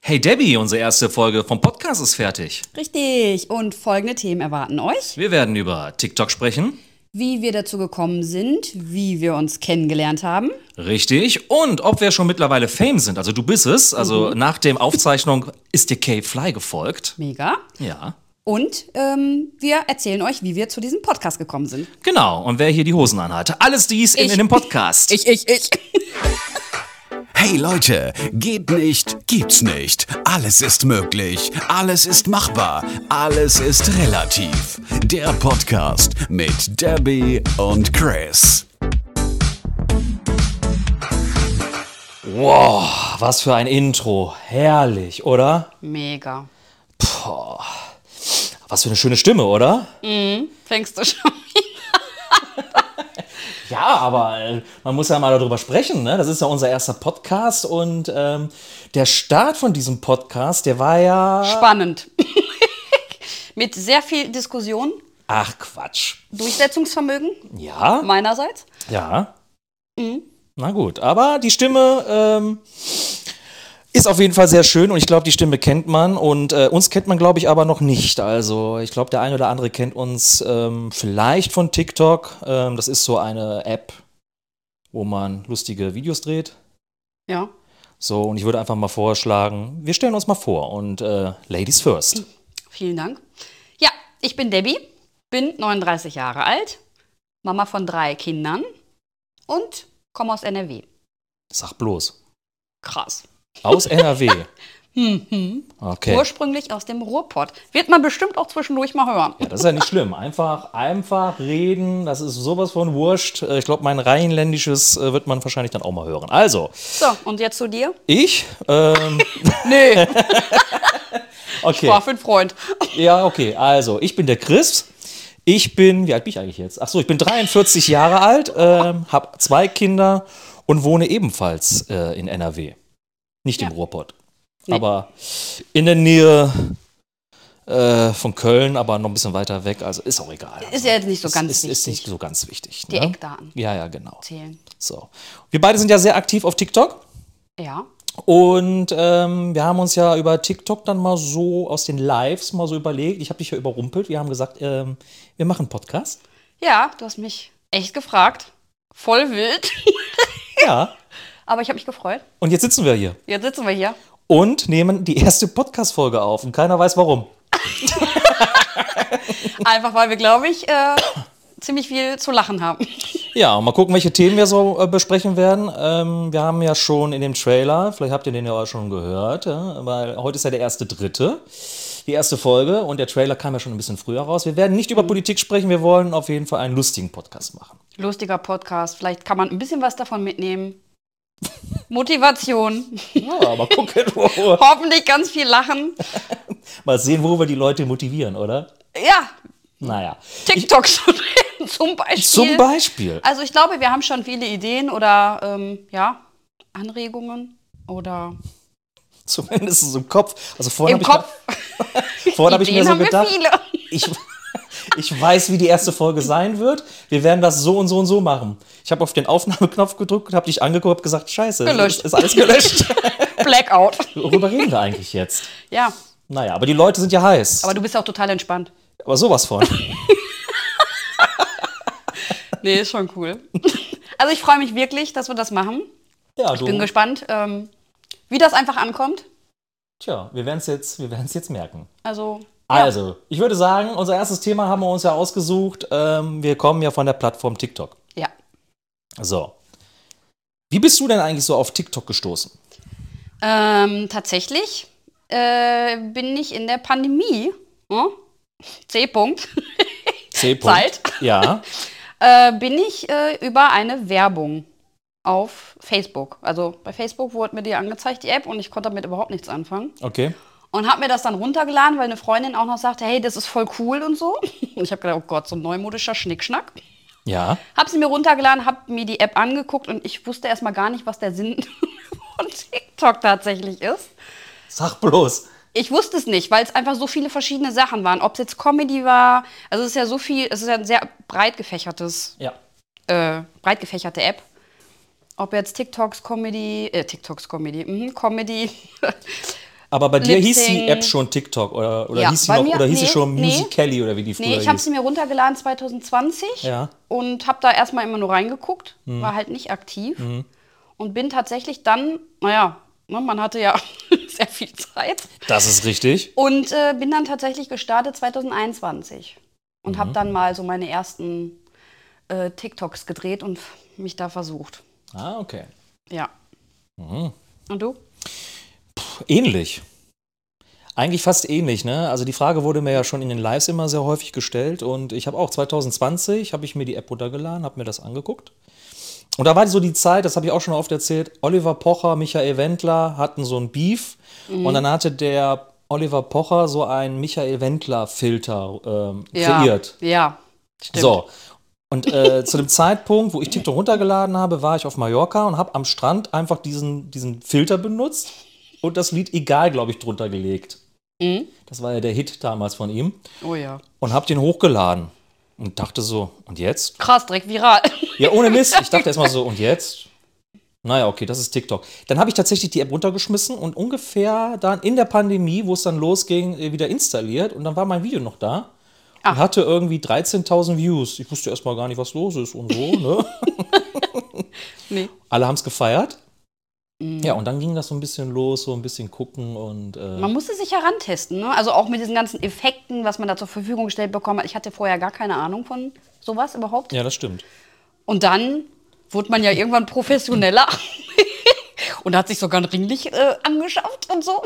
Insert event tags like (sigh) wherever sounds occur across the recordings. Hey Debbie, unsere erste Folge vom Podcast ist fertig. Richtig. Und folgende Themen erwarten euch. Wir werden über TikTok sprechen. Wie wir dazu gekommen sind, wie wir uns kennengelernt haben. Richtig. Und ob wir schon mittlerweile Fame sind. Also du bist es. Also Mhm. nach der Aufzeichnung ist dir Kay Fly gefolgt. Mega. Ja. Und ähm, wir erzählen euch, wie wir zu diesem Podcast gekommen sind. Genau. Und wer hier die Hosen anhatte. Alles dies in, Ich- in dem Podcast. Ich, ich, ich. Hey Leute, geht nicht, gibt's nicht. Alles ist möglich, alles ist machbar, alles ist relativ. Der Podcast mit Debbie und Chris. Wow, was für ein Intro. Herrlich, oder? Mega. Was für eine schöne Stimme, oder? Fängst du schon (laughs) Ja, aber äh, man muss ja mal darüber sprechen. Ne? Das ist ja unser erster Podcast und ähm, der Start von diesem Podcast, der war ja... (laughs) spannend. Mit sehr viel Diskussion, Ach Quatsch. Durchsetzungsvermögen Ja. meinerseits. Ja. Na gut, aber die Stimme ähm, ist auf jeden Fall sehr schön und ich glaube, die Stimme kennt man und äh, uns kennt man, glaube ich, aber noch nicht. Also ich glaube, der eine oder andere kennt uns ähm, vielleicht von TikTok. Ähm, das ist so eine App, wo man lustige Videos dreht. Ja. So, und ich würde einfach mal vorschlagen, wir stellen uns mal vor und äh, Ladies first. Vielen Dank. Ja, ich bin Debbie, bin 39 Jahre alt, Mama von drei Kindern und komme aus NRW. Sag bloß. Krass. Aus NRW. Mhm. Okay. Ursprünglich aus dem Ruhrpott. Wird man bestimmt auch zwischendurch mal hören. Ja, das ist ja nicht schlimm. Einfach, einfach reden, das ist sowas von wurscht. Äh, Ich glaube, mein rheinländisches äh, wird man wahrscheinlich dann auch mal hören. Also, So, und jetzt zu dir? ich, ähm, Nee, (laughs) okay. war für (laughs) einen Freund. Ja, okay, also, ich bin der Chris. Ich bin, wie alt bin ich eigentlich jetzt? Achso, ich bin 43 Jahre alt, ähm, habe zwei Kinder und wohne ebenfalls äh, in NRW. Nicht im Ruhrpott, Nee. aber in der Nähe äh, von Köln, aber noch ein bisschen weiter weg, also ist auch egal. Ist ja jetzt nicht so Ist- ganz ist, ist wichtig. nicht so ganz wichtig. Die ne? Eckdaten. Ja, ja, genau. Zählen. So. Wir beide sind ja sehr aktiv auf TikTok Ja. und ähm, wir haben uns ja über TikTok dann mal so aus den Lives mal so überlegt. Ich habe dich ja überrumpelt. Wir haben gesagt, ähm, wir machen einen Podcast. Ja, du hast mich echt gefragt. Voll wild. (laughs) Ja. Aber ich habe mich gefreut. Und jetzt sitzen wir hier Jetzt sitzen wir hier. und nehmen die erste Podcast-Folge auf und keiner weiß warum. Einfach weil wir, glaube ich, äh, (coughs) ziemlich viel zu lachen haben. Ja, und mal gucken, welche Themen wir so äh, besprechen werden. Ähm, wir haben ja schon in dem Trailer, vielleicht habt ihr den ja auch schon gehört, ja, weil heute ist ja der erste dritte, die erste Folge und der Trailer kam ja schon ein bisschen früher raus. Wir werden nicht über Politik sprechen, wir wollen auf jeden Fall einen lustigen Podcast machen. Lustiger Podcast. Vielleicht kann man ein bisschen was davon mitnehmen. (laughs) Motivation. Ja, mal gucken, wo wir, Hoffentlich ganz viel Lachen. mal sehen, wo wir die Leute motivieren, oder? Ja, Hm. Naja. TikTok zu drehen, (laughs) zum Beispiel. Zum Beispiel. Also ich glaube, wir haben schon viele Ideen oder ähm, ja, Anregungen oder Zumindest im Kopf. Also vorhin im habe ich, Kopf. mir- vorhin hab ich mir Ideen so haben wir gedacht. viele. ich, (laughs) ich weiß, wie die erste Folge sein wird. Wir werden das so und so und so machen. Ich habe auf den Aufnahmeknopf gedrückt und habe dich angeguckt und gesagt, scheiße, Gelöscht. Ist, ist alles (laughs) gelöscht. Blackout. Worüber reden wir eigentlich jetzt? Ja, Naja, aber die Leute sind ja heiß. aber Aber, du bist auch total entspannt. sowas (laughs) von. Nee, ist schon cool. (laughs) Also ich freue mich wirklich, dass wir das machen. Ja, Ich bin du. gespannt, ähm, wie das einfach ankommt. Tja, wir werden es jetzt, wir werden's jetzt merken. Also Also, ich würde sagen, unser erstes Thema haben wir uns ja ausgesucht. Ähm, wir kommen ja von der Plattform TikTok. ja. So. Wie bist du denn eigentlich so auf TikTok gestoßen? Ähm, tatsächlich äh, bin ich in der Pandemie. Hm? C-Punkt. C-Punkt. Zeit. Ja. äh, bin ich äh, über eine Werbung auf Facebook. Also bei Facebook wurde mir die angezeigt, die App, und ich konnte damit überhaupt nichts anfangen. Okay. Und habe mir das dann runtergeladen, weil eine Freundin auch noch sagte, hey, das ist voll cool und so. (laughs) Und ich habe gedacht, oh Gott, so ein neumodischer Schnickschnack. Ja. Habe sie mir runtergeladen, habe mir die App angeguckt und ich wusste erstmal gar nicht, was der Sinn (laughs) von TikTok tatsächlich ist. Sag bloß. Ich wusste es nicht, weil es einfach so viele verschiedene Sachen waren. Ob es jetzt Comedy war, also es ist ja so viel, es ist ja ein sehr breit gefächertes Ja. äh, breit gefächerte App. Ob jetzt TikToks Comedy, äh, TikToks Comedy, mhm, Comedy, Aber bei dir hieß die Lip-Sync. App schon TikTok oder, oder Ja, hieß sie bei noch, mir- oder hieß sie nee, schon nee. Musically oder wie die früher (laughs) Nee, ich habe hieß? sie mir runtergeladen 2020 Ja. Mhm. und habe da erstmal immer nur reingeguckt, war halt nicht aktiv und bin tatsächlich dann, naja, ne, man hatte ja (laughs) sehr viel Zeit Das ist richtig. und äh, bin dann tatsächlich gestartet 2021 und Mhm. habe dann mal so meine ersten äh, TikToks gedreht und mich da versucht. Ah, okay. Ja. Mhm. Und du? Ähnlich. Eigentlich fast ähnlich, ne? Also die Frage wurde mir ja schon in den Lives immer sehr häufig gestellt und ich habe auch 2020 habe ich mir die App runtergeladen, habe mir das angeguckt. Und da war so die Zeit, das habe ich auch schon oft erzählt, Oliver Pocher, Michael Wendler hatten so ein Beef und dann hatte der Oliver Pocher so einen Michael Wendler Filter ähm, Ja. kreiert. Ja. Stimmt. So. Und äh, zu dem Zeitpunkt, wo ich TikTok runtergeladen habe, war ich auf Mallorca und habe am Strand einfach diesen, diesen Filter benutzt und das Lied Egal, glaube ich, drunter gelegt. Mhm. Das war ja der Hit damals von ihm. Oh ja. Und habe den hochgeladen und dachte so, und jetzt? Krass, direkt viral. (laughs) Ja, ohne Mist. Ich dachte erstmal so, und jetzt? Naja, okay, das ist TikTok. Dann habe ich tatsächlich die App runtergeschmissen und ungefähr dann in der Pandemie, wo es dann losging, äh, wieder installiert und dann war mein Video noch da. Und hatte irgendwie 13.000 Views. Ich wusste erstmal gar nicht, was los ist und so. Ne? nee. Alle haben es gefeiert. Ja, und dann ging das so ein bisschen los, so ein bisschen gucken und äh, Man musste sich herantesten, ne? Also auch mit diesen ganzen Effekten, was man da zur Verfügung gestellt bekommen hat. Ich hatte vorher gar keine Ahnung von sowas überhaupt. ja, das stimmt. Und dann wurde man ja irgendwann professioneller (laughs) und hat sich sogar ein Ringlicht äh, angeschafft und so.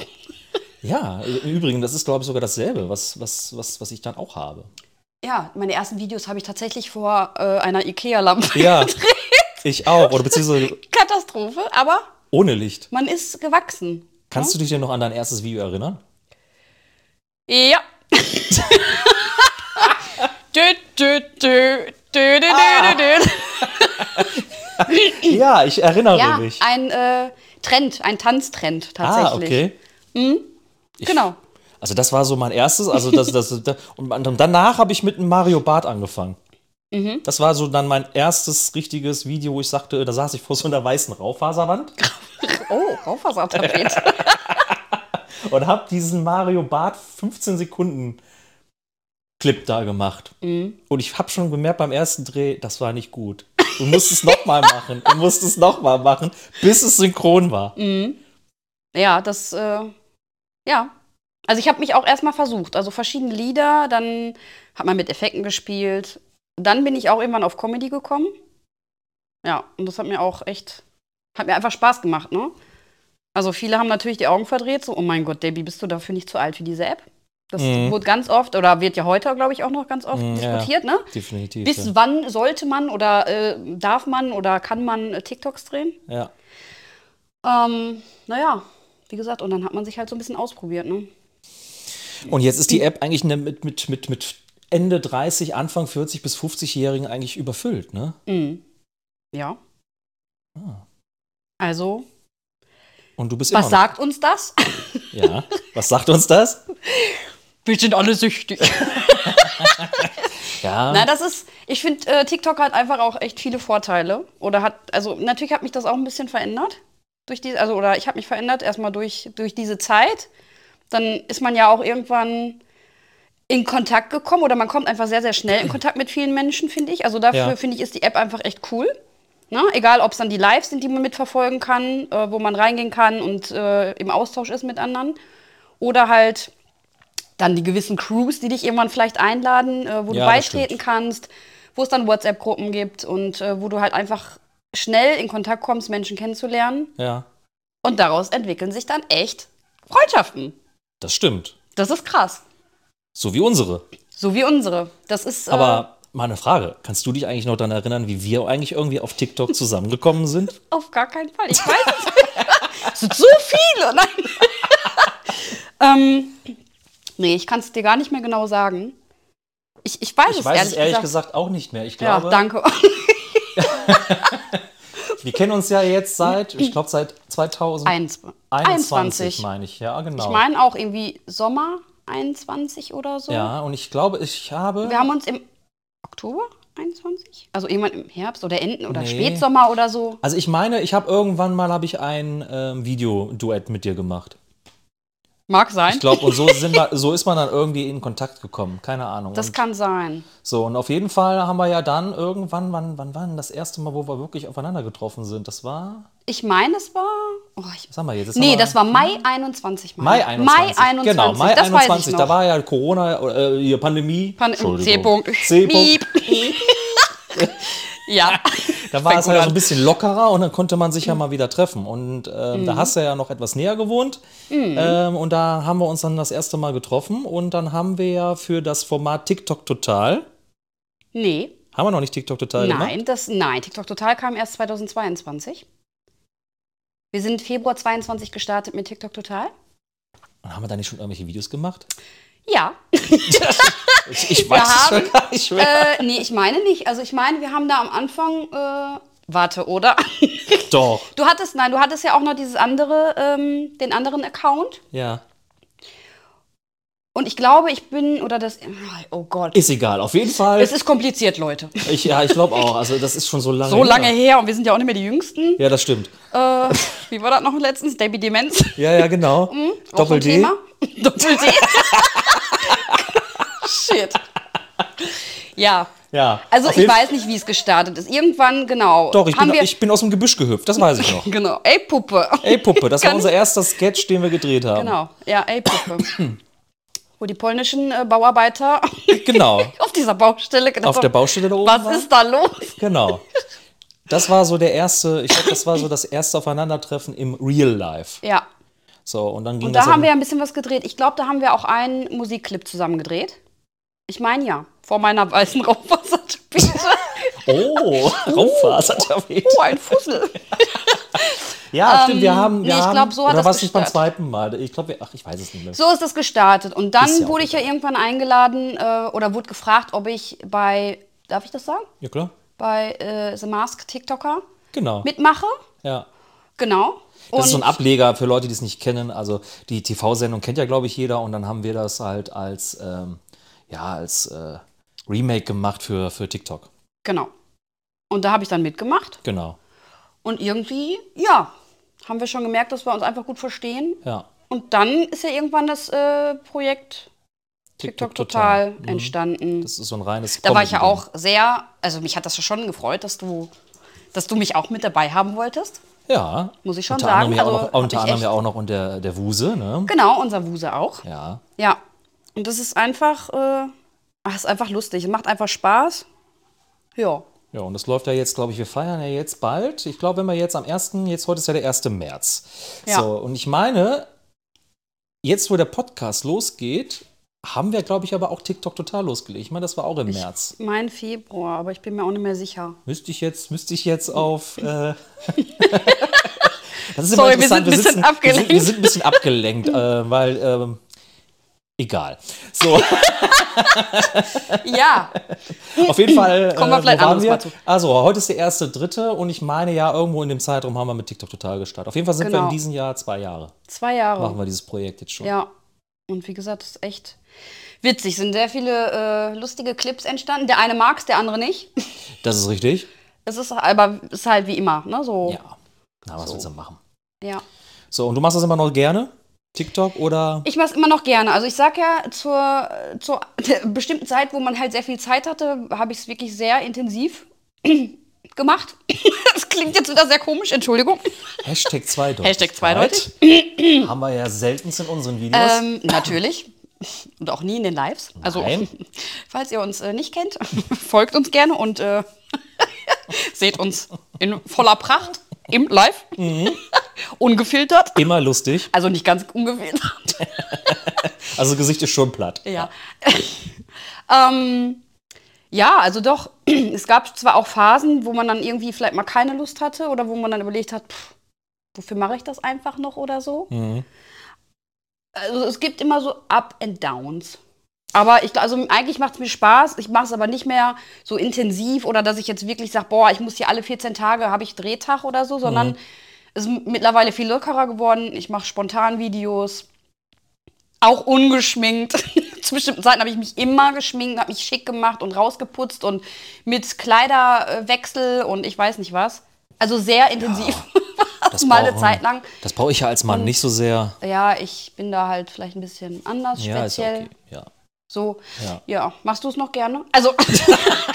Ja, äh, im Übrigen, das ist, glaube ich, sogar dasselbe, was, was, was, was ich dann auch habe. Ja, meine ersten Videos habe ich tatsächlich vor äh, einer Ikea-Lampe. Ja, ich auch. Oder beziehungsweise (laughs) Katastrophe, aber ohne Licht. man ist gewachsen. Kannst du dich denn noch an dein erstes Video erinnern? Ja. dö, dö, dö, dö, dö, dö, dö, Ah. dö. Ja, ich erinnere Ja, mich. ein äh, Trend, ein Tanztrend tatsächlich. Ah, okay. Genau. Also das war so mein erstes, also das, das, das und dann- danach habe ich mit einem Mario Bart angefangen. Mhm. Das war so dann mein erstes richtiges Video, wo ich sagte, da saß ich vor so einer weißen Raufaserwand Oh, Raufasertapet. (laughs) und habe diesen Mario Bart 15 Sekunden Clip da gemacht. Mhm. Und ich habe schon gemerkt beim ersten Dreh, das war nicht gut. Du musst es nochmal machen, du musst es nochmal machen, bis es synchron war. Mhm. ja, das, äh, ja. Also ich habe mich auch erstmal versucht. Also verschiedene Lieder, dann hat man mit Effekten gespielt. Dann bin ich auch irgendwann auf Comedy gekommen. Ja, und das hat mir auch echt, hat mir einfach Spaß gemacht, ne? Also viele haben natürlich die Augen verdreht, so, oh mein Gott, Debbie, bist du dafür nicht zu alt für diese App? Das Mhm. wurde ganz oft, oder wird ja heute, glaube ich, auch noch ganz oft Mhm, ja, ja. diskutiert, ne? Definitiv. Bis ja. wann sollte man oder äh, darf man oder kann man äh, TikToks drehen? ja. Ähm, naja, wie gesagt, und dann hat man sich halt so ein bisschen ausprobiert, ne? Und jetzt ist die App eigentlich ne- mit, mit, mit, mit Ende 30, Anfang 40 bis 50-Jährigen eigentlich überfüllt, ne? Mhm. Ja. Ah. Also, Und du bist was immer sagt uns das? noch, Ja. Was sagt uns das? Wir sind alle süchtig. Ja. (laughs) Na, das ist, ich finde, äh, TikTok hat einfach auch echt viele Vorteile. Oder hat, also natürlich hat mich das auch ein bisschen verändert. Durch die, also, oder ich habe mich verändert erstmal durch, durch diese Zeit. Dann ist man ja auch irgendwann in Kontakt gekommen oder man kommt einfach sehr, sehr schnell in Kontakt mit vielen Menschen, finde ich. Also dafür, Ja. finde ich, ist die App einfach echt cool. Ne? Egal, ob es dann die Lives sind, die man mitverfolgen kann, äh, wo man reingehen kann und äh, im Austausch ist mit anderen. Oder halt dann die gewissen Crews, die dich irgendwann vielleicht einladen, äh, wo Ja, das du beitreten stimmt. kannst, wo es dann WhatsApp-Gruppen gibt und äh, wo du halt einfach schnell in Kontakt kommst, Menschen kennenzulernen. ja, Und daraus entwickeln sich dann echt Freundschaften. das stimmt. Das ist krass. So wie unsere. So wie unsere. Das ist. äh, Aber mal eine Frage. Kannst du dich eigentlich noch daran erinnern, wie wir eigentlich irgendwie auf TikTok zusammengekommen sind? Auf gar keinen Fall. Ich weiß es nicht. (laughs) Es sind so viele. (laughs) Nein. ähm, nee, ich kann es dir gar nicht mehr genau sagen. Ich, (laughs) ich weiß, Ich es, weiß ehrlich es ehrlich gesagt. gesagt, auch nicht mehr. Ich Ja, glaube, danke. wir kennen uns ja jetzt seit, ich glaube, seit 2021, 21. meine ich. Ja, genau. Ich meine auch irgendwie Sommer 21 oder so. ja, und ich glaube, ich habe. Wir haben uns im Oktober 21? Also irgendwann im Herbst oder Enden oder Nee. Spätsommer oder so. Also ich meine, ich habe irgendwann mal habe ich ein ähm, Videoduett mit dir gemacht. Mag sein. Ich glaube, und so, sind (laughs) wir, so ist man dann irgendwie in Kontakt gekommen. Keine Ahnung. das und kann sein. so, und auf jeden Fall haben wir ja dann irgendwann, wann, wann, wann, das erste Mal, wo wir wirklich aufeinander getroffen sind. Das war, Ich meine, es war. Oh, ich, was haben wir jetzt? jetzt haben nee, wir, das war Mai 21. Hm? Mai 21. Mai 21. Genau, Mai das 21. Weiß ich noch. Da war ja Corona, äh, hier Pandemie. Pan- Entschuldigung. C-Punkt. C-Punkt. (laughs) Piep. ja. Da war Fängt es gut halt so an. ein bisschen lockerer und dann konnte man sich ja mal wieder treffen. Und ähm, Mhm. da hast du ja noch etwas näher gewohnt. Ähm, und da haben wir uns dann das erste Mal getroffen. Und dann haben wir ja für das Format TikTok Total, Nee, haben wir noch nicht TikTok Total gemacht? nein, das, nein, TikTok Total kam erst 2022. Wir sind Februar 22 gestartet mit TikTok Total. Und haben wir da nicht schon irgendwelche Videos gemacht? (laughs) Ja, Ich, ich Wir weiß es haben, schon gar nicht mehr. äh, nee, ich meine nicht. Also ich meine, wir haben da am Anfang, äh, warte, oder? (laughs) äh, Doch, Du hattest, nein, du hattest ja auch noch dieses andere, ähm, den anderen Account. ja. Und ich glaube, ich bin, oder das, oh Gott. Ist egal, auf jeden Fall. es ist kompliziert, Leute. Ich, ja, ich glaube auch. Also, das ist schon so lange So lange her. her und wir sind ja auch nicht mehr die Jüngsten. Ja, das stimmt. (laughs) Äh, wie war das noch letztens? Debbie Demenz. Ja, ja, genau. Mhm, Auch so (laughs) ein Thema. (laughs) Doppel D. Shit. Ja. Ja. Also auf ich jeden- weiß nicht, wie es gestartet ist. Irgendwann, genau. Doch, ich haben bin, wir, ich bin aus dem Gebüsch gehüpft, das weiß (laughs) ich noch. Genau. Ey, Puppe. Ey, Puppe, das war Kann unser erster Sketch, den wir gedreht haben. Genau. Ja, ey, Puppe. Wo die polnischen äh, Bauarbeiter (laughs) Genau. auf dieser Baustelle genau. Auf der Baustelle da oben. Was war? ist da los? Genau. Das war so der erste, ich glaube, das war so das erste Aufeinandertreffen im Real Life. Ja. So, und dann ging Und das. da haben dann- wir ja ein bisschen was gedreht. Ich glaube, da haben wir auch einen Musikclip zusammen gedreht. Ich meine ja. Vor meiner weißen Raumwassertapete. (laughs) oh, (laughs) Raumfasertapet. oh, (laughs) ein Fussel. Ja, stimmt, wir haben. Ähm, nee, Wir ich haben, glaub, so hat oder das war es nicht beim gestartet. zweiten Mal? Ich glaube, wir- ach, ich weiß es nicht mehr. So ist das gestartet. Und dann Ist ja auch wurde ich ja irgendwann eingeladen äh, oder wurde gefragt, ob ich bei, darf ich das sagen? Ja, klar. Bei äh, The Mask TikToker Genau. mitmache. Ja. Genau. Das ist so Und ein Ableger für Leute, die es nicht kennen. Also die TV-Sendung kennt ja, glaube ich, jeder. Und dann haben wir das halt als, ähm, ja, als äh, Remake gemacht für, für TikTok. genau. Und da habe ich dann mitgemacht. Genau. Und irgendwie, ja, haben wir schon gemerkt, dass wir uns einfach gut verstehen. Ja. Und dann ist ja irgendwann das äh, Projekt TikTok Total entstanden. Mhm. Das ist so ein reines da war ich ja Comedy-Ding. auch sehr, also mich hat das schon gefreut, dass du, dass du mich auch mit dabei haben wolltest. Ja. Muss ich schon unter Anderem sagen, ja also auch noch, hab ich unter anderem echt- ja auch noch und der, der Wuse, ne? Genau, unser Wuse auch. Ja. Ja, und das ist einfach, äh, ach, ist einfach lustig. Es macht einfach Spaß. Ja, Ja, und das läuft ja jetzt, glaube ich, wir feiern ja jetzt bald. Ich glaube, wenn wir jetzt am 1., jetzt heute ist ja der 1. März. Ja. So, und ich meine, jetzt wo der Podcast losgeht, haben wir, glaube ich, aber auch TikTok total losgelegt. Ich meine, das war auch im März. mein Februar, aber ich bin mir auch nicht (laughs) mehr sicher. Müsste ich jetzt, müsste ich jetzt auf. Äh, (laughs) das ist Sorry, wir sind ein bisschen Wir sind, wir abgelenkt. sind ein bisschen abgelenkt, äh, weil. Ähm, egal. So. Ja, Auf jeden Fall. (laughs) äh, Kommen wir wo vielleicht waren anderes Mal zu. Also, heute ist der erste dritte und ich meine ja, irgendwo in dem Zeitraum haben wir mit TikTok total gestartet. Auf jeden Fall sind wir Genau. in diesem Jahr zwei Jahre. zwei Jahre. Machen wir dieses Projekt jetzt schon. Ja, und wie gesagt, das ist echt witzig. Sind sehr viele äh, lustige Clips entstanden. Der eine mag's, der andere nicht. Das ist richtig. Es ist aber es ist halt wie immer, ne? So, Ja. Na, was willst du machen? ja. So, und du machst das immer noch gerne? TikTok oder. Ich mache es immer noch gerne. Also ich sag ja, zur, zur (laughs) bestimmten Zeit, wo man halt sehr viel Zeit hatte, habe ich es wirklich sehr intensiv (clears throat) gemacht. (laughs) das klingt jetzt wieder sehr komisch, Entschuldigung. Hashtag zweideutig. Hashtag zweideutig. (clears throat) Haben wir ja seltenst in unseren Videos. Ähm, natürlich. Und auch nie in den Lives. Also, Nein. (laughs) falls ihr uns äh, nicht kennt, (laughs) folgt uns gerne und äh, (laughs) seht uns in voller Pracht im Live. (laughs) ungefiltert. Immer lustig. Also nicht ganz ungefiltert. Also Gesicht ist schon platt. Ja. (laughs) ähm, ja, also doch, (clears throat) es gab zwar auch Phasen, wo man dann irgendwie vielleicht mal keine Lust hatte oder wo man dann überlegt hat, pff, wofür mache ich das einfach noch oder so. Mhm. Also es gibt immer so Up and Downs. Aber ich, gl- also eigentlich macht es mir Spaß. Ich mache es aber nicht mehr so intensiv oder dass ich jetzt wirklich sage, boah, ich muss hier alle 14 Tage, habe ich Drehtag oder so, Mhm. sondern es ist m- mittlerweile viel lockerer geworden. Ich mache spontan Videos, auch ungeschminkt. (laughs) Zu bestimmten Zeiten habe ich mich immer geschminkt, habe mich schick gemacht und rausgeputzt und (laughs) mit Kleiderwechsel und ich weiß nicht was. Also sehr intensiv. Das mal eine brauchen- Zeit lang. Das brauche ich ja als Mann nicht so sehr. Ja, ich bin da halt vielleicht ein bisschen anders Ja, ist ja speziell. okay. Ja. So, Ja. ja. Machst du es noch gerne? (laughs) Also, (laughs)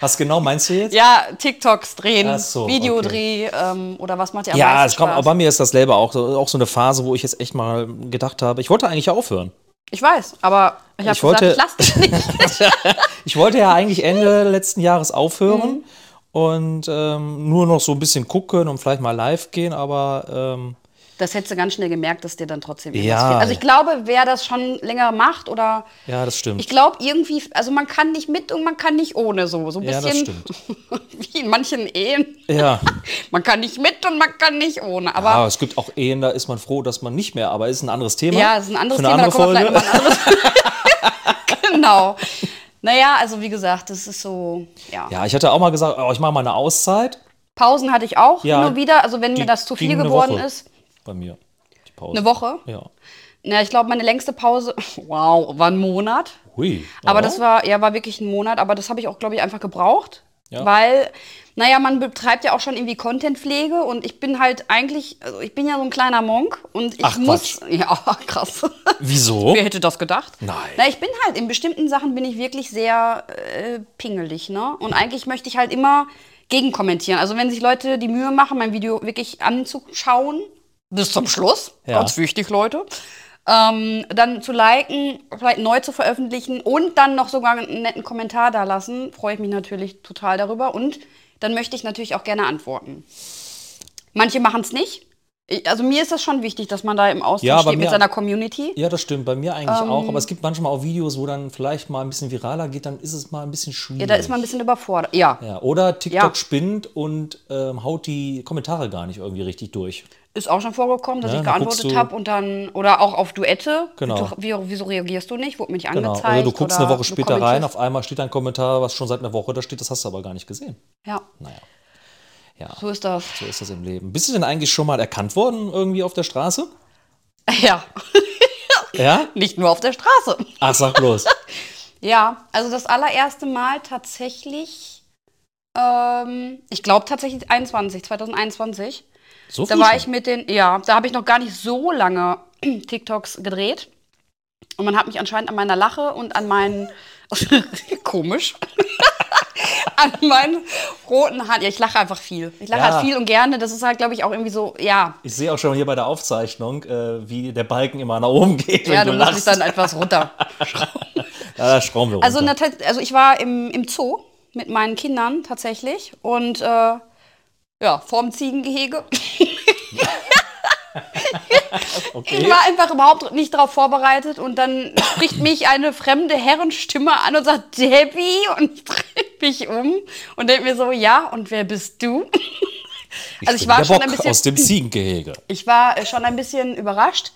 Was genau meinst du jetzt? ja, TikToks drehen, Ach so, Videodreh ähm, oder was macht ihr am Ja, meisten es kommt, Spaß? aber bei mir ist das selber auch so, auch so eine Phase, wo ich jetzt echt mal gedacht habe, ich wollte eigentlich ja aufhören. Ich weiß, aber ich habe Ich wollte- gesagt, ich lasse dich nicht. (laughs) Ich wollte ja eigentlich Ende (laughs) letzten Jahres Mhm. aufhören und ähm, nur noch so ein bisschen gucken und vielleicht mal live gehen, aber ähm, Das hättest du ganz schnell gemerkt, dass dir dann trotzdem irgendwas Ja. fehlt. Also ich glaube, wer das schon länger macht oder ja, das stimmt. ich glaube irgendwie, also man kann nicht mit und man kann nicht ohne so. So ein Ja, das bisschen (laughs) wie in manchen Ehen. (laughs) ja. Man kann nicht mit und man kann nicht ohne. Aber aber es gibt auch Ehen, da ist man froh, dass man nicht mehr, aber ist ein anderes Thema. Ja, das ist ein anderes Ne? Für eine Thema, da Andere kommen wir Folge. vielleicht nochmal ein anderes. (laughs) genau. Naja, also wie gesagt, das ist so, ja. ja, ich hatte auch mal gesagt, oh, ich mache mal eine Auszeit. Pausen hatte ich auch Ja, hin und wieder, also wenn Die mir das zu ging viel eine geworden Woche ist. Bei mir. Die Pause. Eine Woche? Ja. Na, ich glaube, meine längste Pause, (laughs) wow, war ein Monat. Hui. Aber Oh. das war, ja, war wirklich ein Monat, aber das habe ich auch, glaube ich, einfach gebraucht. Ja. Weil, naja, man betreibt ja auch schon irgendwie Contentpflege und ich bin halt eigentlich, also ich bin ja so ein kleiner Monk und ich Ach, muss. (laughs) Ja, krass. Wieso? Wer hätte das gedacht? Nein. Na, ich bin halt, in bestimmten Sachen bin ich wirklich sehr äh, pingelig, ne? Und eigentlich möchte ich halt immer gegenkommentieren. Also wenn sich Leute die Mühe machen, mein Video wirklich anzuschauen, bis zum Schluss, Ja. ganz wichtig, Leute, ähm, dann zu liken, vielleicht neu zu veröffentlichen und dann noch sogar einen netten Kommentar da lassen, freue ich mich natürlich total darüber. Und dann möchte ich natürlich auch gerne antworten. Manche machen es nicht. Ich- Also mir ist das schon wichtig, dass man da im Austausch Ja, aber steht mit mir- seiner Community. Ja, das stimmt. Bei mir eigentlich Ähm, auch. Aber es gibt manchmal auch Videos, wo dann vielleicht mal ein bisschen viraler geht, dann ist es mal ein bisschen schwierig. Ja, da ist man ein bisschen überfordert. Ja. Ja, oder TikTok Ja. spinnt und ähm, haut die Kommentare gar nicht irgendwie richtig durch. Ist auch schon vorgekommen, dass Ja, ich dann guckst geantwortet du- habe und dann, oder auch auf Duette. Genau. Wie, wieso reagierst du nicht? Wurde mir nicht Genau. angezeigt. Also du guckst oder eine Woche du später rein, kommentierst- auf einmal steht ein Kommentar, was schon seit einer Woche da steht, das hast du aber gar nicht gesehen. Ja, Naja, so ist das. (laughs) so ist das im Leben. Bist du denn eigentlich schon mal erkannt worden irgendwie auf der Straße? Ja, Ja? nicht nur auf der Straße. Ach, sag bloß. Ja, also das allererste Mal tatsächlich, ähm, ich glaube tatsächlich 21, 2021. So Da früh war schon? ich mit den, ja, da habe ich noch gar nicht so lange (clears throat) TikToks gedreht. Und man hat mich anscheinend an meiner Lache und an meinen, (laughs) komisch, (laughs) an meinen roten Haaren. Ja, ich lache einfach viel. Ich lache Ja. halt viel und gerne. Das ist halt, glaube ich, auch irgendwie so, ja. Ich sehe auch schon hier bei der Aufzeichnung, äh, wie der Balken immer nach oben geht, ja, wenn du du musst dich lachst. dann (laughs) etwas runter. da schrauben wir runter. Also, na, tats- also ich war im, im Zoo mit meinen Kindern tatsächlich und äh, ja, (laughs) vorm Ziegengehege. Ich war einfach überhaupt nicht darauf vorbereitet und dann (coughs) spricht mich eine fremde Herrenstimme an und sagt, Debbie, und (laughs) ich drehe mich um und denke mir so, ja, und wer bist du? also ich bin war der schon Bock ein bisschen- aus dem Ziegengehege. Ich war äh, schon ein bisschen überrascht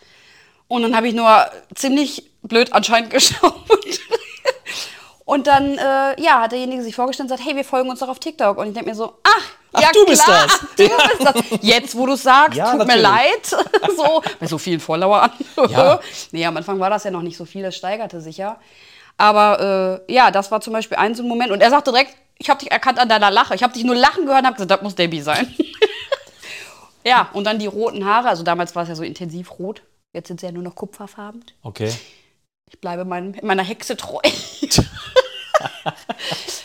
und dann habe ich nur ziemlich blöd anscheinend (laughs) geschaut. Und dann, äh, ja, hat derjenige sich vorgestellt und sagt, hey, wir folgen uns doch auf TikTok. Und ich denke mir so, ach, Ach, ja du bist klar, das. ach, (laughs) du bist das. Jetzt, wo du sagst, Ja, tut mir natürlich. leid. (laughs) so, bei so vielen Followern. Ja. (laughs) Nee, am Anfang war das ja noch nicht so viel, das steigerte sich ja. Aber äh, ja, das war zum Beispiel ein so ein Moment. Und er sagte direkt, ich habe dich erkannt an deiner Lache. Ich habe dich nur lachen gehört und habe gesagt, das muss Debbie sein. (laughs) ja, und dann die roten Haare. Also damals war es ja so intensiv rot. Jetzt sind sie ja nur noch kupferfarben. Okay. Ich bleibe meinem, meiner Hexe treu. (laughs)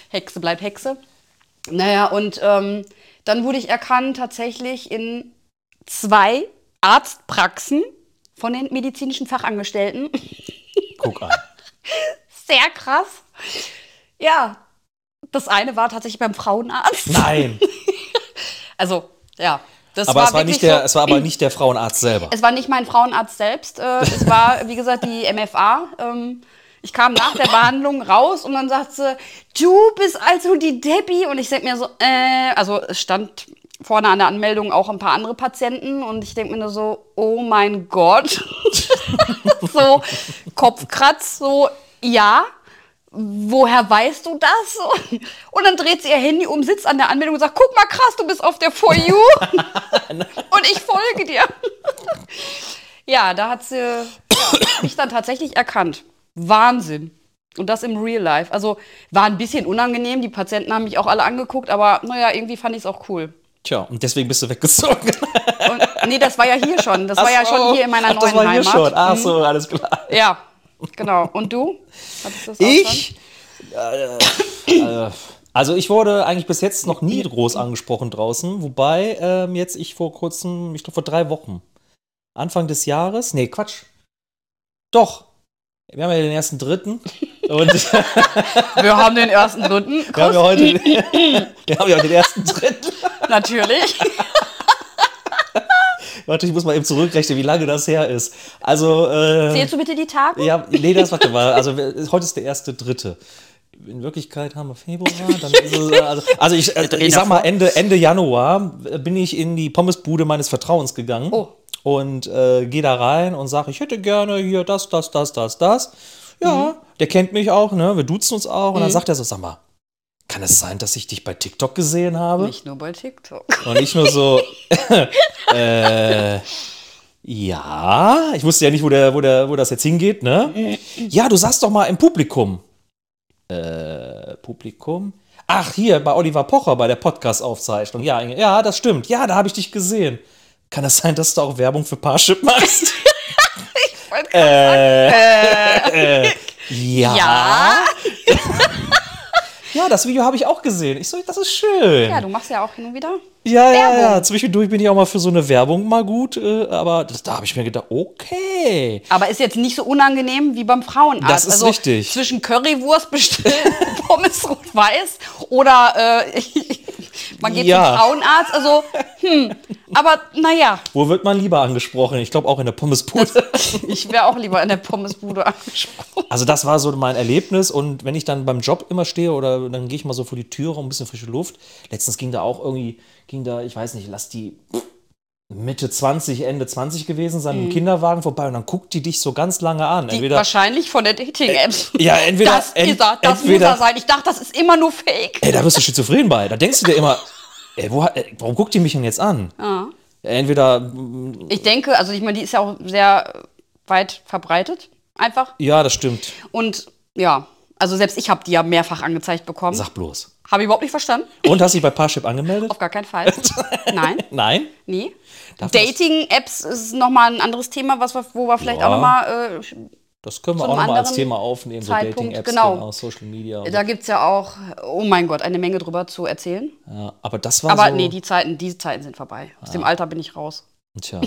Hexe bleibt Hexe. Naja, und ähm, dann wurde ich erkannt tatsächlich in zwei Arztpraxen von den medizinischen Fachangestellten. Guck (laughs) an. Sehr krass. Ja, das eine war tatsächlich beim Frauenarzt. Nein. Also, ja. Das aber war es war, wirklich nicht der, so, es war aber nicht der Frauenarzt selber. Es war nicht mein Frauenarzt selbst. Äh, es war, wie gesagt, die MFA. Ähm, ich kam nach der Behandlung raus und dann sagt sie, du bist also die Debbie. Und ich denke mir so, äh, also es stand vorne an der Anmeldung auch ein paar andere Patienten und ich denke mir nur so, oh mein Gott. (laughs) so Kopfkratz, so, ja. Woher weißt du das? Und dann dreht sie ihr Handy um, sitzt an der Anmeldung und sagt, guck mal krass, du bist auf der For You und ich folge dir. Ja, da hat sie ja, mich dann tatsächlich erkannt. Wahnsinn. Und das im Real Life. Also war ein bisschen unangenehm. Die Patienten haben mich auch alle angeguckt, aber naja, irgendwie fand ich es auch cool. Tja, und deswegen bist du weggezogen. Und, nee, das war ja hier schon. Das war ja Ach so. (laughs) schon hier in meiner Ach, neuen das war hier Heimat. Schon. Ach Mhm. so, alles klar. Ja, genau. Und du? Hattest du das auch Ich? Äh, äh, also ich wurde eigentlich bis jetzt noch nie groß angesprochen draußen, wobei ähm, jetzt ich vor kurzem, ich glaube vor drei Wochen, Anfang des Jahres, nee, Quatsch. Doch. Wir haben ja den ersten dritten und (laughs) schon? Wir haben den ersten dritten. wir haben ja heute (laughs) wir haben ja heute den ersten dritten. (laughs) Natürlich. Warte, ich muss mal eben zurückrechnen, wie lange das her ist. Also äh, Zählst du bitte die Tage? Ja, nee, das warte mal. Also wir- heute ist der erste dritte. In Wirklichkeit haben wir Februar. Dann ist es, also, also ich, äh, ich sag mal, Ende, Ende Januar äh, bin ich in die Pommesbude meines Vertrauens gegangen Oh. und äh, gehe da rein und sage, ich hätte gerne hier das, das, das, das, das. Ja, der kennt mich auch, ne? Wir duzen uns auch. Und dann sagt er so, sag mal, kann es sein, dass ich dich bei TikTok gesehen habe? Nicht nur bei TikTok. Und ich nur so, (laughs) äh, ja, ich wusste ja nicht, wo, der, wo, der, wo das jetzt hingeht, ne? Ja, du saßt doch mal im Publikum. Äh, Publikum? Ach, hier, bei Oliver Pocher, bei der Podcast-Aufzeichnung. Ja, Inge- ja, das stimmt. Ja, da habe ich dich gesehen. Kann das sein, dass du auch Werbung für Parship (laughs) machst? wollte äh, äh, ja. Ja. Ja, das Video habe ich auch gesehen. Ich so, das ist schön. Ja, du machst ja auch hin und wieder. Ja, ja, ja. Zwischendurch bin ich auch mal für so eine Werbung mal gut, äh, aber das, da habe ich mir gedacht, okay. Aber ist jetzt nicht so unangenehm wie beim Frauenarzt. Das ist also richtig. Zwischen Currywurst bestellen, (laughs) Pommes rot-weiß oder äh, (laughs) man geht Ja. zum Frauenarzt. Also, hm. Aber naja, Wo wird man lieber angesprochen? Ich glaube auch in der Pommesbude. (laughs) ich wäre auch lieber in der Pommesbude angesprochen. Also das war so mein Erlebnis und wenn ich dann beim Job immer stehe oder dann gehe ich mal so vor die Türe und ein bisschen frische Luft. Letztens ging da auch irgendwie, ging da, ich weiß nicht, lass die Mitte 20, Ende 20 gewesen sein, im Kinderwagen vorbei und dann guckt die dich so ganz lange an. Mhm. Die, Entweder, wahrscheinlich von der Dating-App. ja, entweder, das ent- ist er, das muss entweder- er sein. Ich dachte, das ist immer nur Fake. Ey, da wirst du schizophren bei. Da denkst du dir immer, ey, wo, äh, warum guckt die mich denn jetzt an? Ah. Entweder, mm, Ich denke, also ich meine, die ist ja auch sehr äh, weit verbreitet. Einfach. ja, das stimmt. Und ja, also selbst ich habe die ja mehrfach angezeigt bekommen. Sag bloß. Habe ich überhaupt nicht verstanden. Und hast dich bei Parship angemeldet? (laughs) Auf gar keinen Fall. Nein, Nein? nie. Darf man Dating-Apps ist nochmal ein anderes Thema, was wir, wo wir vielleicht Ja. auch äh, nochmal. Das können wir Zu auch einem nochmal als anderen Thema aufnehmen, so Zeitpunkt, Dating-Apps, genau. Social Media. Äh, Und so. da gibt es ja auch, oh mein Gott, eine Menge drüber zu erzählen. ja, aber das war Aber so. nee, die Zeiten, die Zeiten sind vorbei. Aus Ah. dem Alter bin ich raus. Tja.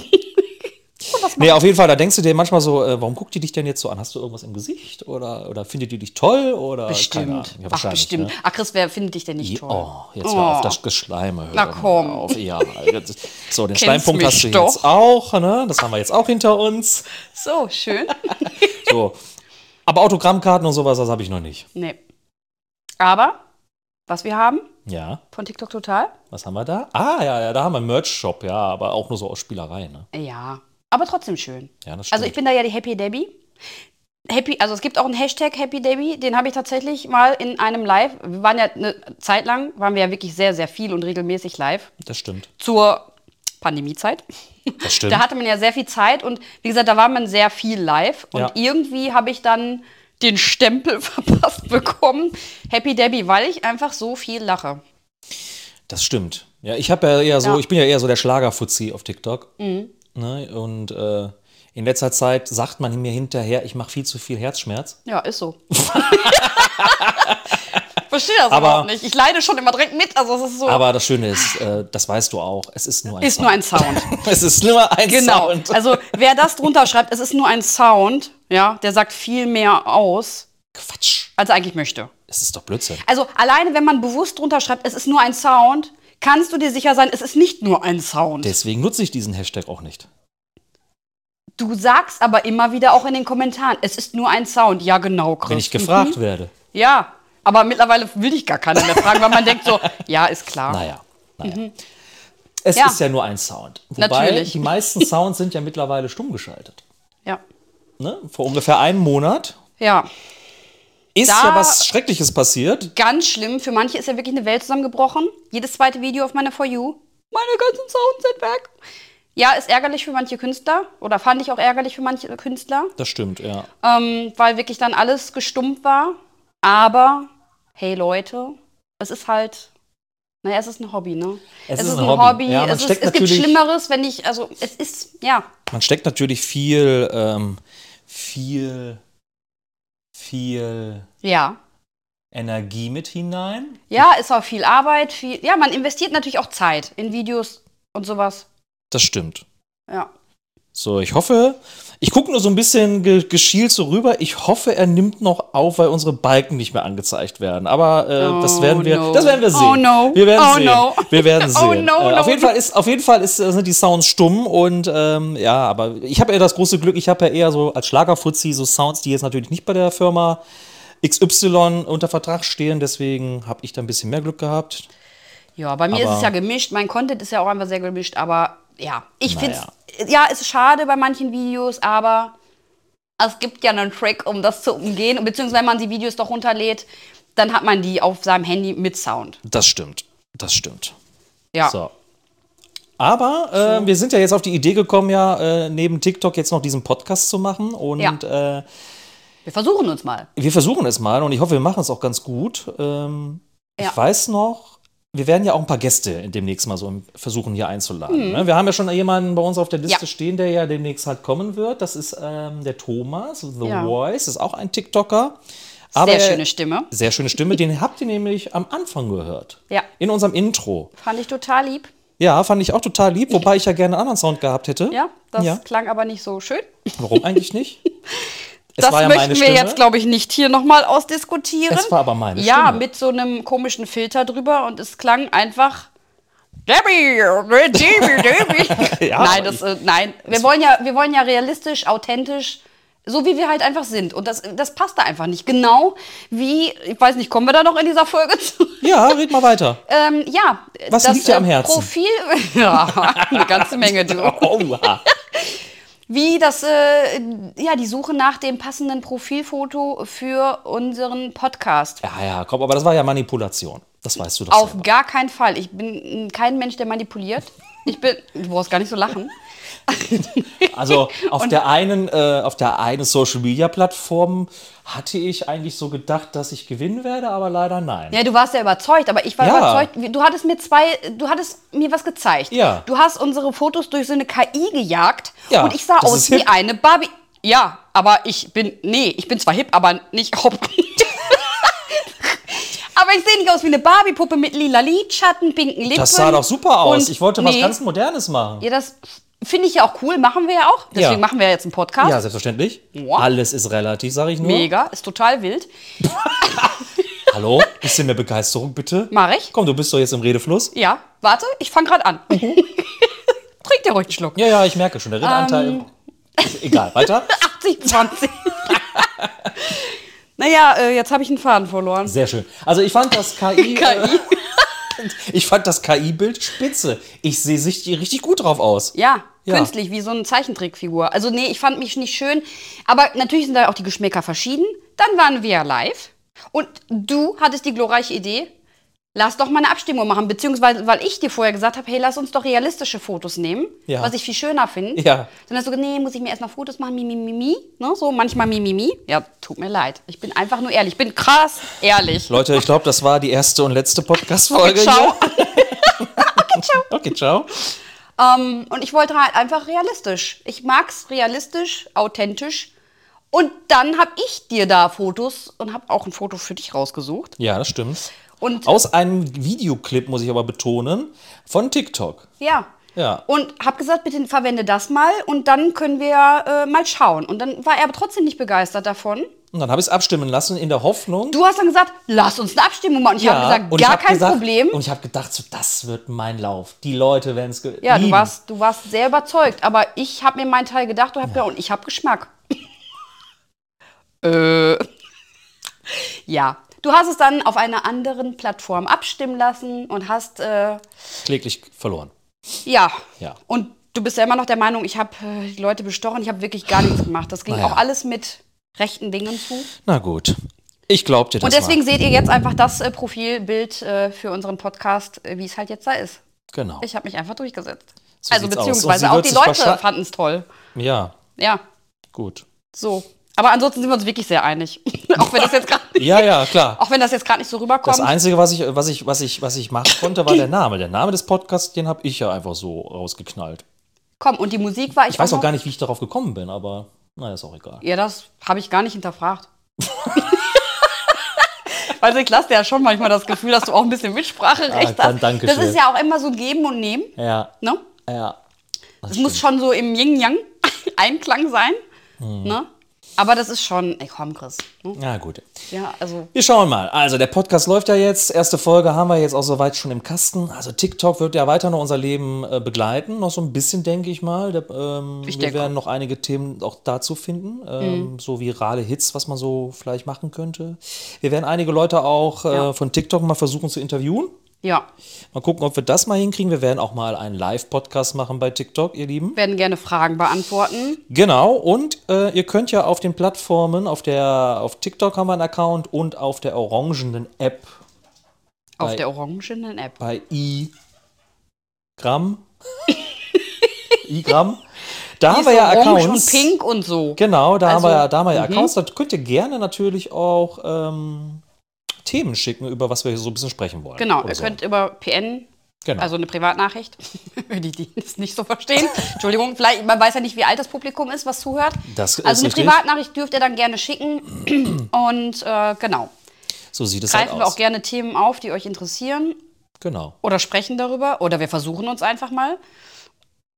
nee, auf jeden Fall, da denkst du dir manchmal so, äh, warum guckt die dich denn jetzt so an? Hast du irgendwas im Gesicht? Oder, oder findet die dich toll? Oder Keine Ahnung. Bestimmt. Ja, Ach, wahrscheinlich, bestimmt. Ne? Ach, Chris, wer findet dich denn nicht toll? Oh, jetzt hör auf das Geschleime. Hör Na mal komm. Auf. Ja, jetzt- so, den (laughs) Kennst Schleimpunkt mich hast du doch. jetzt auch. Ne? Das haben wir jetzt auch hinter uns. (laughs) So, schön. So. Aber Autogrammkarten und sowas, das habe ich noch nicht. nee. Aber, was wir haben Ja. von TikTok Total? Was haben wir da? Ah, ja, ja, da haben wir einen Merch-Shop, ja, aber auch nur so aus Spielerei, ne? Ja. Aber trotzdem schön. Ja, das stimmt. Also ich bin da ja die Happy Debbie. Happy, also es gibt auch einen Hashtag Happy Debbie, den habe ich tatsächlich mal in einem Live. Wir waren ja eine Zeit lang, waren wir ja wirklich sehr, sehr viel und regelmäßig live das (laughs) stimmt. zur Pandemiezeit. Das stimmt. Da hatte man ja sehr viel Zeit und wie gesagt, da war man sehr viel live. Und Ja. irgendwie habe ich dann den Stempel (laughs) verpasst bekommen, Happy Debbie, weil ich einfach so viel lache. das stimmt. Ja, ich habe ja eher so, Ja. Mhm. ich bin ja eher so der Schlagerfuzzi auf TikTok. Ne? Und äh, in letzter Zeit sagt man mir hinterher, ich mache viel zu viel Herzschmerz. Ja, (laughs) ist so. Verstehe das Aber- überhaupt nicht. Ich leide schon immer direkt mit. Also es ist so. Aber das Schöne ist, äh, das weißt du auch, es ist nur ein ist nur ein Sound. (laughs) es ist nur ein Genau. Sound. Also wer das drunter schreibt, es ist nur ein Sound, ja, der sagt viel mehr aus, Quatsch. als er eigentlich möchte. Es ist doch Blödsinn. Also alleine, wenn man bewusst drunter schreibt, es ist nur ein Sound, kannst du dir sicher sein, es ist nicht nur ein Sound. Deswegen nutze ich diesen Hashtag auch nicht. du sagst aber immer wieder auch in den Kommentaren, es ist nur ein Sound. Ja, genau, Chris. Wenn ich gefragt werde. Ja. Aber mittlerweile will ich gar keinen mehr fragen, weil man denkt so, ja, ist klar. Naja, naja. Es Mhm. Ja. ist ja nur ein Sound. Wobei Natürlich. die meisten Sounds sind ja mittlerweile stumm geschaltet. Ja. Ne? Vor ungefähr einem Monat Ja. ist Da- ja was Schreckliches passiert. Ganz schlimm. Für manche ist ja wirklich eine Welt zusammengebrochen. Jedes zweite Video auf meiner For You. Meine ganzen Sounds sind weg. Ja, ist ärgerlich für manche Künstler. Oder fand ich auch ärgerlich für manche Künstler. Das stimmt, ja. ähm, weil wirklich dann alles gestummt war. Aber hey Leute, es ist halt Naja, es ist ein Hobby, ne? Es ist ein Hobby. Ja, man es, ist, steckt es gibt natürlich- Schlimmeres, wenn ich, also es ist, ja, Man steckt natürlich viel, ähm, viel, viel ja. Energie mit hinein. Ja, ist auch viel Arbeit, viel. Ja, man investiert natürlich auch Zeit in Videos und sowas. Das stimmt. Ja. So, ich hoffe, ich gucke nur so ein bisschen ge geschielt so rüber. Ich hoffe, er nimmt noch auf, weil unsere Balken nicht mehr angezeigt werden. Aber äh, das Oh, werden wir, no. das werden wir Oh, sehen. no. Wir werden Oh, sehen. no. Wir werden sehen. (laughs) Oh, no, äh, auf no. jeden Fall ist, auf jeden Fall ist, sind die Sounds stumm und ähm, ja, aber ich habe ja das große Glück. Ich habe ja eher so als Schlagerfuzzi so Sounds, die jetzt natürlich nicht bei der Firma XY unter Vertrag stehen. Deswegen habe ich da ein bisschen mehr Glück gehabt. Ja, bei mir ist Aber- es ja gemischt. Mein Content ist ja auch einfach sehr gemischt, aber ja, ich finde Naja. es. Ja, es ist schade bei manchen Videos, aber es gibt ja einen Track, um das zu umgehen. Und Beziehungsweise, wenn man die Videos doch runterlädt, dann hat man die auf seinem Handy mit Sound. Das stimmt. Das stimmt. Ja. So. Aber äh, wir sind ja jetzt auf die Idee gekommen, ja, äh, neben TikTok jetzt noch diesen Podcast zu machen. Und äh, Wir versuchen uns mal. wir versuchen es mal und ich hoffe, wir machen es auch ganz gut. Ähm, Ja. Ich weiß noch, wir werden ja auch ein paar Gäste demnächst mal so versuchen hier einzuladen. Ne? Wir haben ja schon jemanden bei uns auf der Liste Mhm. Ja. stehen, der ja demnächst halt kommen wird. Das ist ähm, der Thomas, The Ja. Voice, ist auch ein TikToker. Sehr schöne Stimme. Sehr schöne Stimme, den habt ihr nämlich am Anfang gehört. Ja. In unserem Intro. Fand ich total lieb. Ja, fand ich auch total lieb, wobei ich ja gerne einen anderen Sound gehabt hätte. Ja, das Ja. klang aber nicht so schön. Warum eigentlich (laughs) nicht? Es das war ja möchten meine wir Stimme. jetzt, glaube ich, nicht hier nochmal ausdiskutieren. Es war aber meine Ja, Stimme. mit so einem komischen Filter drüber und es klang einfach. Debbie, äh, Debbie, (laughs) Debbie. Ja, (laughs) nein, aber das, äh, nein. Wir, wollen ja, wir wollen ja realistisch, authentisch, so wie wir halt einfach sind. Und das, das passt da einfach nicht. Genau wie, ich weiß nicht, kommen wir da noch in dieser Folge (laughs) zu? Ja, red mal weiter. (laughs) Ähm, ja, Was liegt dir am äh, Herzen? Genau. Profil, (laughs) ja, eine ganze Menge, du. Oha. Wie das, äh, ja, die Suche nach dem passenden Profilfoto für unseren Podcast. Ja, ja, komm, aber das war ja Manipulation. Das weißt du doch Auf selber. gar keinen Fall. Ich bin kein Mensch, der manipuliert. Ich bin, du brauchst gar nicht (laughs) so lachen. (laughs) Also auf der einen, äh, auf der einen Social Media Plattform hatte ich eigentlich so gedacht, dass ich gewinnen werde, aber leider nein. Ja, du warst ja überzeugt, aber ich war Ja. überzeugt. Du hattest mir zwei, du hattest mir was gezeigt. Ja. Du hast unsere Fotos durch so eine KI gejagt Ja, und ich sah das aus ist wie hip. eine Barbie. Ja, aber ich bin, nee, ich bin zwar hip, aber nicht hopp. (laughs) aber ich sehe nicht aus wie eine Barbie-Puppe mit lila Lidschatten, pinken Lippen. das sah doch super aus. und- Ich wollte was nee. ganz Modernes machen. Ja, das finde ich ja auch cool, machen wir ja auch. Deswegen machen wir ja jetzt einen Podcast. Ja, selbstverständlich. Ja. Alles ist relativ, sage ich nur. Mega, Hm? ist total wild. Hallo? Bisschen mehr Begeisterung, bitte. Mach ich. Komm, du bist doch jetzt im Redefluss. Ja, warte, ich fange gerade an. (laughs) Trink dir ruhig einen (laughs) Schluck. Ja, ja, ich merke schon. Der Ähm. Redanteil. Ist egal, weiter. 80, 20. (laughs) naja, äh, jetzt habe ich einen Faden verloren. Sehr schön. Also ich fand das (laughs) KI. Äh, KI. ich fand das KI-Bild spitze. Ich sehe sich richtig gut drauf aus. Ja, Ja. künstlich, wie so eine Zeichentrickfigur. Also nee, ich fand mich nicht schön. Aber natürlich sind da auch die Geschmäcker verschieden. Dann waren wir ja live. Und du hattest die glorreiche Idee, lass doch mal eine Abstimmung machen. Beziehungsweise, weil ich dir vorher gesagt habe, hey, lass uns doch realistische Fotos nehmen. Ja. Was ich viel schöner finde. Ja. Dann hast du gesagt, nee, muss ich mir erst noch Fotos machen, mi, mi, mi, mi. Ne? So manchmal mi, mi, mi. Ja, tut mir leid. Ich bin einfach nur ehrlich. Ich bin krass ehrlich. Leute, ich glaube, das war die erste und letzte Podcast-Folge. Okay, ciao. okay, ciao. Okay, ciao. Ähm, und ich wollte halt einfach realistisch. Ich mag's realistisch, authentisch. Und dann hab ich dir da Fotos und hab auch ein Foto für dich rausgesucht. Ja, das stimmt. Und Aus einem Videoclip, muss ich aber betonen, von TikTok. ja. Ja. Und hab gesagt, bitte verwende das mal und dann können wir äh, mal schauen. Und dann war er aber trotzdem nicht begeistert davon. Und dann habe ich es abstimmen lassen in der Hoffnung. Du hast dann gesagt, lass uns eine Abstimmung machen. Und ich ja, hab habe gesagt, und ich gar hab kein gesagt- Problem. Und ich habe gedacht, so, das wird mein Lauf. Die Leute werden es Ja, du warst, du warst sehr überzeugt, aber ich habe mir meinen Teil gedacht, du hast ja. und ich habe (laughs) Geschmack. äh. Ja. Du hast es dann auf einer anderen Plattform abstimmen lassen und hast, äh, kläglich verloren. ja. Ja. Und du bist ja immer noch der Meinung, ich habe äh, die Leute bestochen, ich habe wirklich gar nichts gemacht. Das ging Naja. auch alles mit rechten Dingen zu. Na gut. Ich glaub dir das Und deswegen mal. seht ihr jetzt einfach das äh, Profilbild äh, für unseren Podcast, äh, wie es halt jetzt da ist. Genau. Ich habe mich einfach durchgesetzt. So also sieht's aus. Und sie beziehungsweise auch wird die sich Leute wahrscheinlich- fanden es toll. Ja, Ja. gut. So. Aber ansonsten sind wir uns wirklich sehr einig. (laughs) auch wenn das jetzt gerade nicht, Ja, ja, (laughs) klar. auch wenn das jetzt gerade nicht so rüberkommt. Das Einzige, was ich, was, ich, was, ich, was ich machen konnte, (laughs) war der Name. Der Name des Podcasts, den habe ich ja einfach so rausgeknallt. Komm, und die Musik war ich, Ich weiß auch noch- gar nicht, wie ich darauf gekommen bin, aber naja, ist auch egal. Ja, das habe ich gar nicht hinterfragt. (laughs) Also ich lasse dir ja schon manchmal das Gefühl, dass du auch ein bisschen Mitspracherecht Ah, dann- hast. danke das schön. ist ja auch immer so ein Geben und Nehmen. Ja, Ne? ja. Es muss schon so im Yin-Yang (laughs) Einklang sein. Mhm. Ne? Aber das ist schon, ey komm Chris. Ne? Na gut. Ja, also Wir schauen mal. Also, der Podcast läuft ja jetzt. Erste Folge haben wir jetzt auch soweit schon im Kasten. Also, TikTok wird ja weiter noch unser Leben äh, begleiten. Noch so ein bisschen, denke ich mal. Der, ähm, Ich wir denke Mhm. werden noch einige Themen auch dazu finden. Ähm, So virale Hits, was man so vielleicht machen könnte. Wir werden einige Leute auch äh, Ja. von TikTok mal versuchen zu interviewen. ja, Mal gucken, ob wir das mal hinkriegen. Wir werden auch mal einen Live-Podcast machen bei TikTok, ihr Lieben. werden gerne Fragen beantworten. Genau, und äh, ihr könnt ja auf den Plattformen, auf der, auf TikTok haben wir einen Account und auf der orangenen App Auf Bei- der orangenen App. bei Igram. (laughs) Igram. Da haben wir Die ja ist so orange Accounts. und pink und so. Genau, da haben Also, wir ja, da haben wir ja Accounts. Da könnt ihr gerne natürlich auch ähm, Themen schicken, über was wir hier so ein bisschen sprechen wollen. Genau, Oder ihr so. könnt über PN, Genau. also eine Privatnachricht, (laughs) für die, die das nicht so verstehen. Entschuldigung, vielleicht, man weiß ja nicht, wie alt das Publikum ist, was zuhört. Das ist also eine richtig. Privatnachricht dürft ihr dann (clears throat) gerne schicken. Und äh, genau, so sieht es halt greifen wir aus. auch gerne Themen auf, die euch interessieren Genau. oder sprechen darüber. Oder wir versuchen uns einfach mal.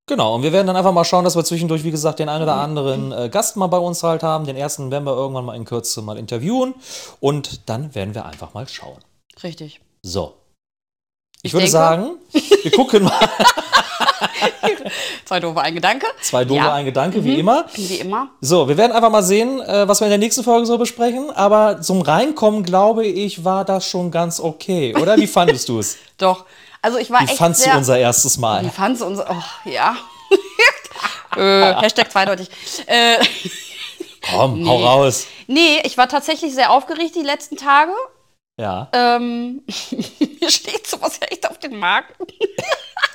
Genau, und wir werden dann einfach mal schauen, dass wir zwischendurch, wie gesagt, den einen Mhm. oder anderen äh, Gast mal bei uns halt haben. Den ersten werden wir irgendwann mal in Kürze mal interviewen. Und dann werden wir einfach mal schauen. Richtig. So. Ich, Ich würde denke- (laughs) sagen, wir gucken mal. Zwei doofe, ein Gedanke. Zwei doofe, Ja. Mhm. ein Gedanke, wie immer. Wie immer. So, wir werden einfach mal sehen, äh, was wir in der nächsten Folge so besprechen. Aber zum Reinkommen, glaube ich, war das schon ganz okay, oder? Wie fandest du es? Doch. Also ich war Wie (laughs) echt fandst sehr... du unser erstes Wie Mal? fand's unser. Oh, ja. (laughs) äh, Hashtag zweideutig. Äh, (laughs) Komm, hau raus. nee, ich war tatsächlich sehr aufgeregt die letzten Tage. (laughs) Ja. Ähm, mir steht sowas ja echt auf den Markt.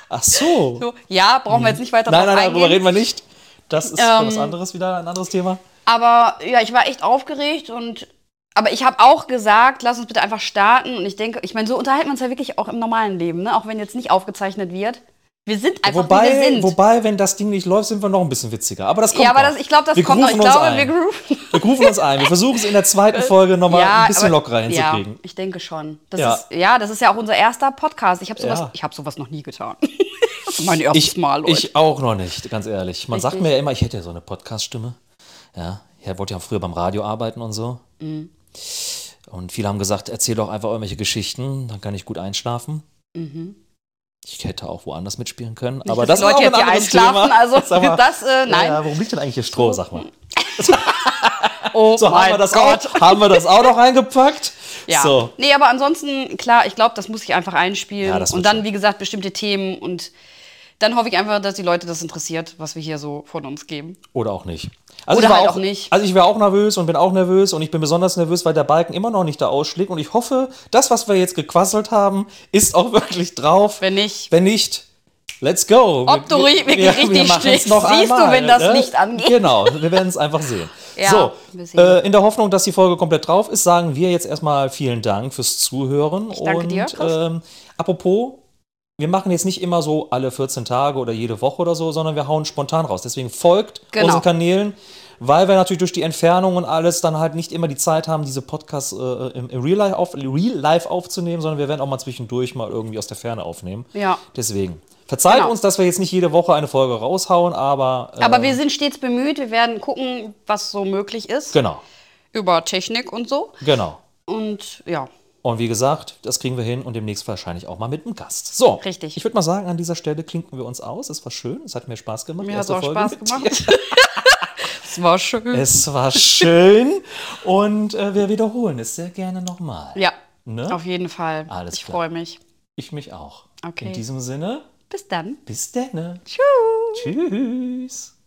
Ach so. So, ja, brauchen wir jetzt nicht weiter Nein, drauf nein, nein, eingehen. Ähm, darüber reden wir nicht. Das ist für was anderes wieder, ein anderes Thema. Aber ja, ich war echt aufgeregt und. Aber ich habe auch gesagt, lass uns bitte einfach starten. Und ich denke, ich meine, so unterhalten wir uns ja wirklich auch im normalen Leben, ne? auch wenn jetzt nicht aufgezeichnet wird. Wir sind einfach, wie wir Wobei, sind. wobei, wenn das Ding nicht läuft, sind wir noch ein bisschen witziger. Aber das kommt ja, aber noch. das, ich glaube, das wir kommt noch. Ich grooven uns glaube, ein. wir grooven. Wir rufen uns ein. Wir versuchen es in der zweiten Folge (laughs) nochmal ein bisschen Äh, aber- lockerer hinzukriegen. Ja, ich denke schon. Das Ja. ja. Ist, ja, das ist ja auch unser erster Podcast. Ich habe sowas, Ja. ich hab sowas noch nie getan. (laughs) das ist mein erstes Ich, Mal, Leute. ich auch noch nicht, ganz ehrlich. Man sagt Richtig. mir ja immer, ich hätte ja so eine Podcast-Stimme. Ja, ich wollte ja früher beim Radio arbeiten und so. Mhm. Und viele haben gesagt, erzähl doch einfach irgendwelche Geschichten, dann kann ich gut einschlafen. Ich hätte auch woanders mitspielen können. aber Mhm. dass das ist die auch Leute ein jetzt hier anderes einschlafen, Thema. (laughs) also Sag mal, (laughs) das, äh, nein. Ja, worum liegt denn eigentlich hier Stroh, sag mal? oh So, haben wir, das auch, haben wir das auch noch reingepackt? Ja. So. Nee, aber ansonsten, klar, ich glaube, das muss ich einfach einspielen. Ja, das und wird dann, schon. wie gesagt, bestimmte Themen. Und dann hoffe ich einfach, dass die Leute das interessiert, was wir hier so von uns geben. Oder auch nicht. Also Oder ich war halt auch nicht. Also ich war auch nervös und bin auch nervös und ich bin besonders nervös, weil der Balken immer noch nicht da ausschlägt und ich hoffe, das, was wir jetzt gequasselt haben, ist auch (laughs) wirklich drauf. Wenn nicht- Wenn nicht, let's go. Ob du ri- wirklich richtig machen's schlägst, siehst du, wenn das Licht angeht. Genau, wir werden es einfach sehen. Ja, wir so, sehen. äh, in der Hoffnung, dass die Folge komplett drauf ist, sagen wir jetzt erstmal vielen Dank fürs Zuhören. Ich danke und, dir, Chris. Ähm, apropos, wir machen jetzt nicht immer so alle 14 Tage oder jede Woche oder so, sondern wir hauen spontan raus. Deswegen folgt Genau. unseren Kanälen, weil wir natürlich durch die Entfernung und alles dann halt nicht immer die Zeit haben, diese Podcasts äh, im, im Real, Life auf, Real Life aufzunehmen, sondern wir werden auch mal zwischendurch mal irgendwie aus der Ferne aufnehmen. Ja. Deswegen. Verzeiht Genau. uns, dass wir jetzt nicht jede Woche eine Folge raushauen, aber. äh, Aber wir sind stets bemüht. Wir werden gucken, was so möglich ist. Genau, Über Technik und so. genau. Und ja, Und wie gesagt, das kriegen wir hin und demnächst wahrscheinlich auch mal mit einem Gast. So, Richtig. Ich würde mal sagen, an dieser Stelle klinken wir uns aus. Es war schön, es hat mir Spaß gemacht. mir hat es Erste auch Folge Spaß mit gemacht. (laughs) dir. Äh. Es war schön. Es war schön und äh, wir wiederholen es sehr gerne nochmal. Ja, Ne? auf jeden Fall. Alles ich klar. freue mich. Ich mich auch. Okay. In diesem Sinne, Bis dann. bis denne. Tschüss. Tschüss.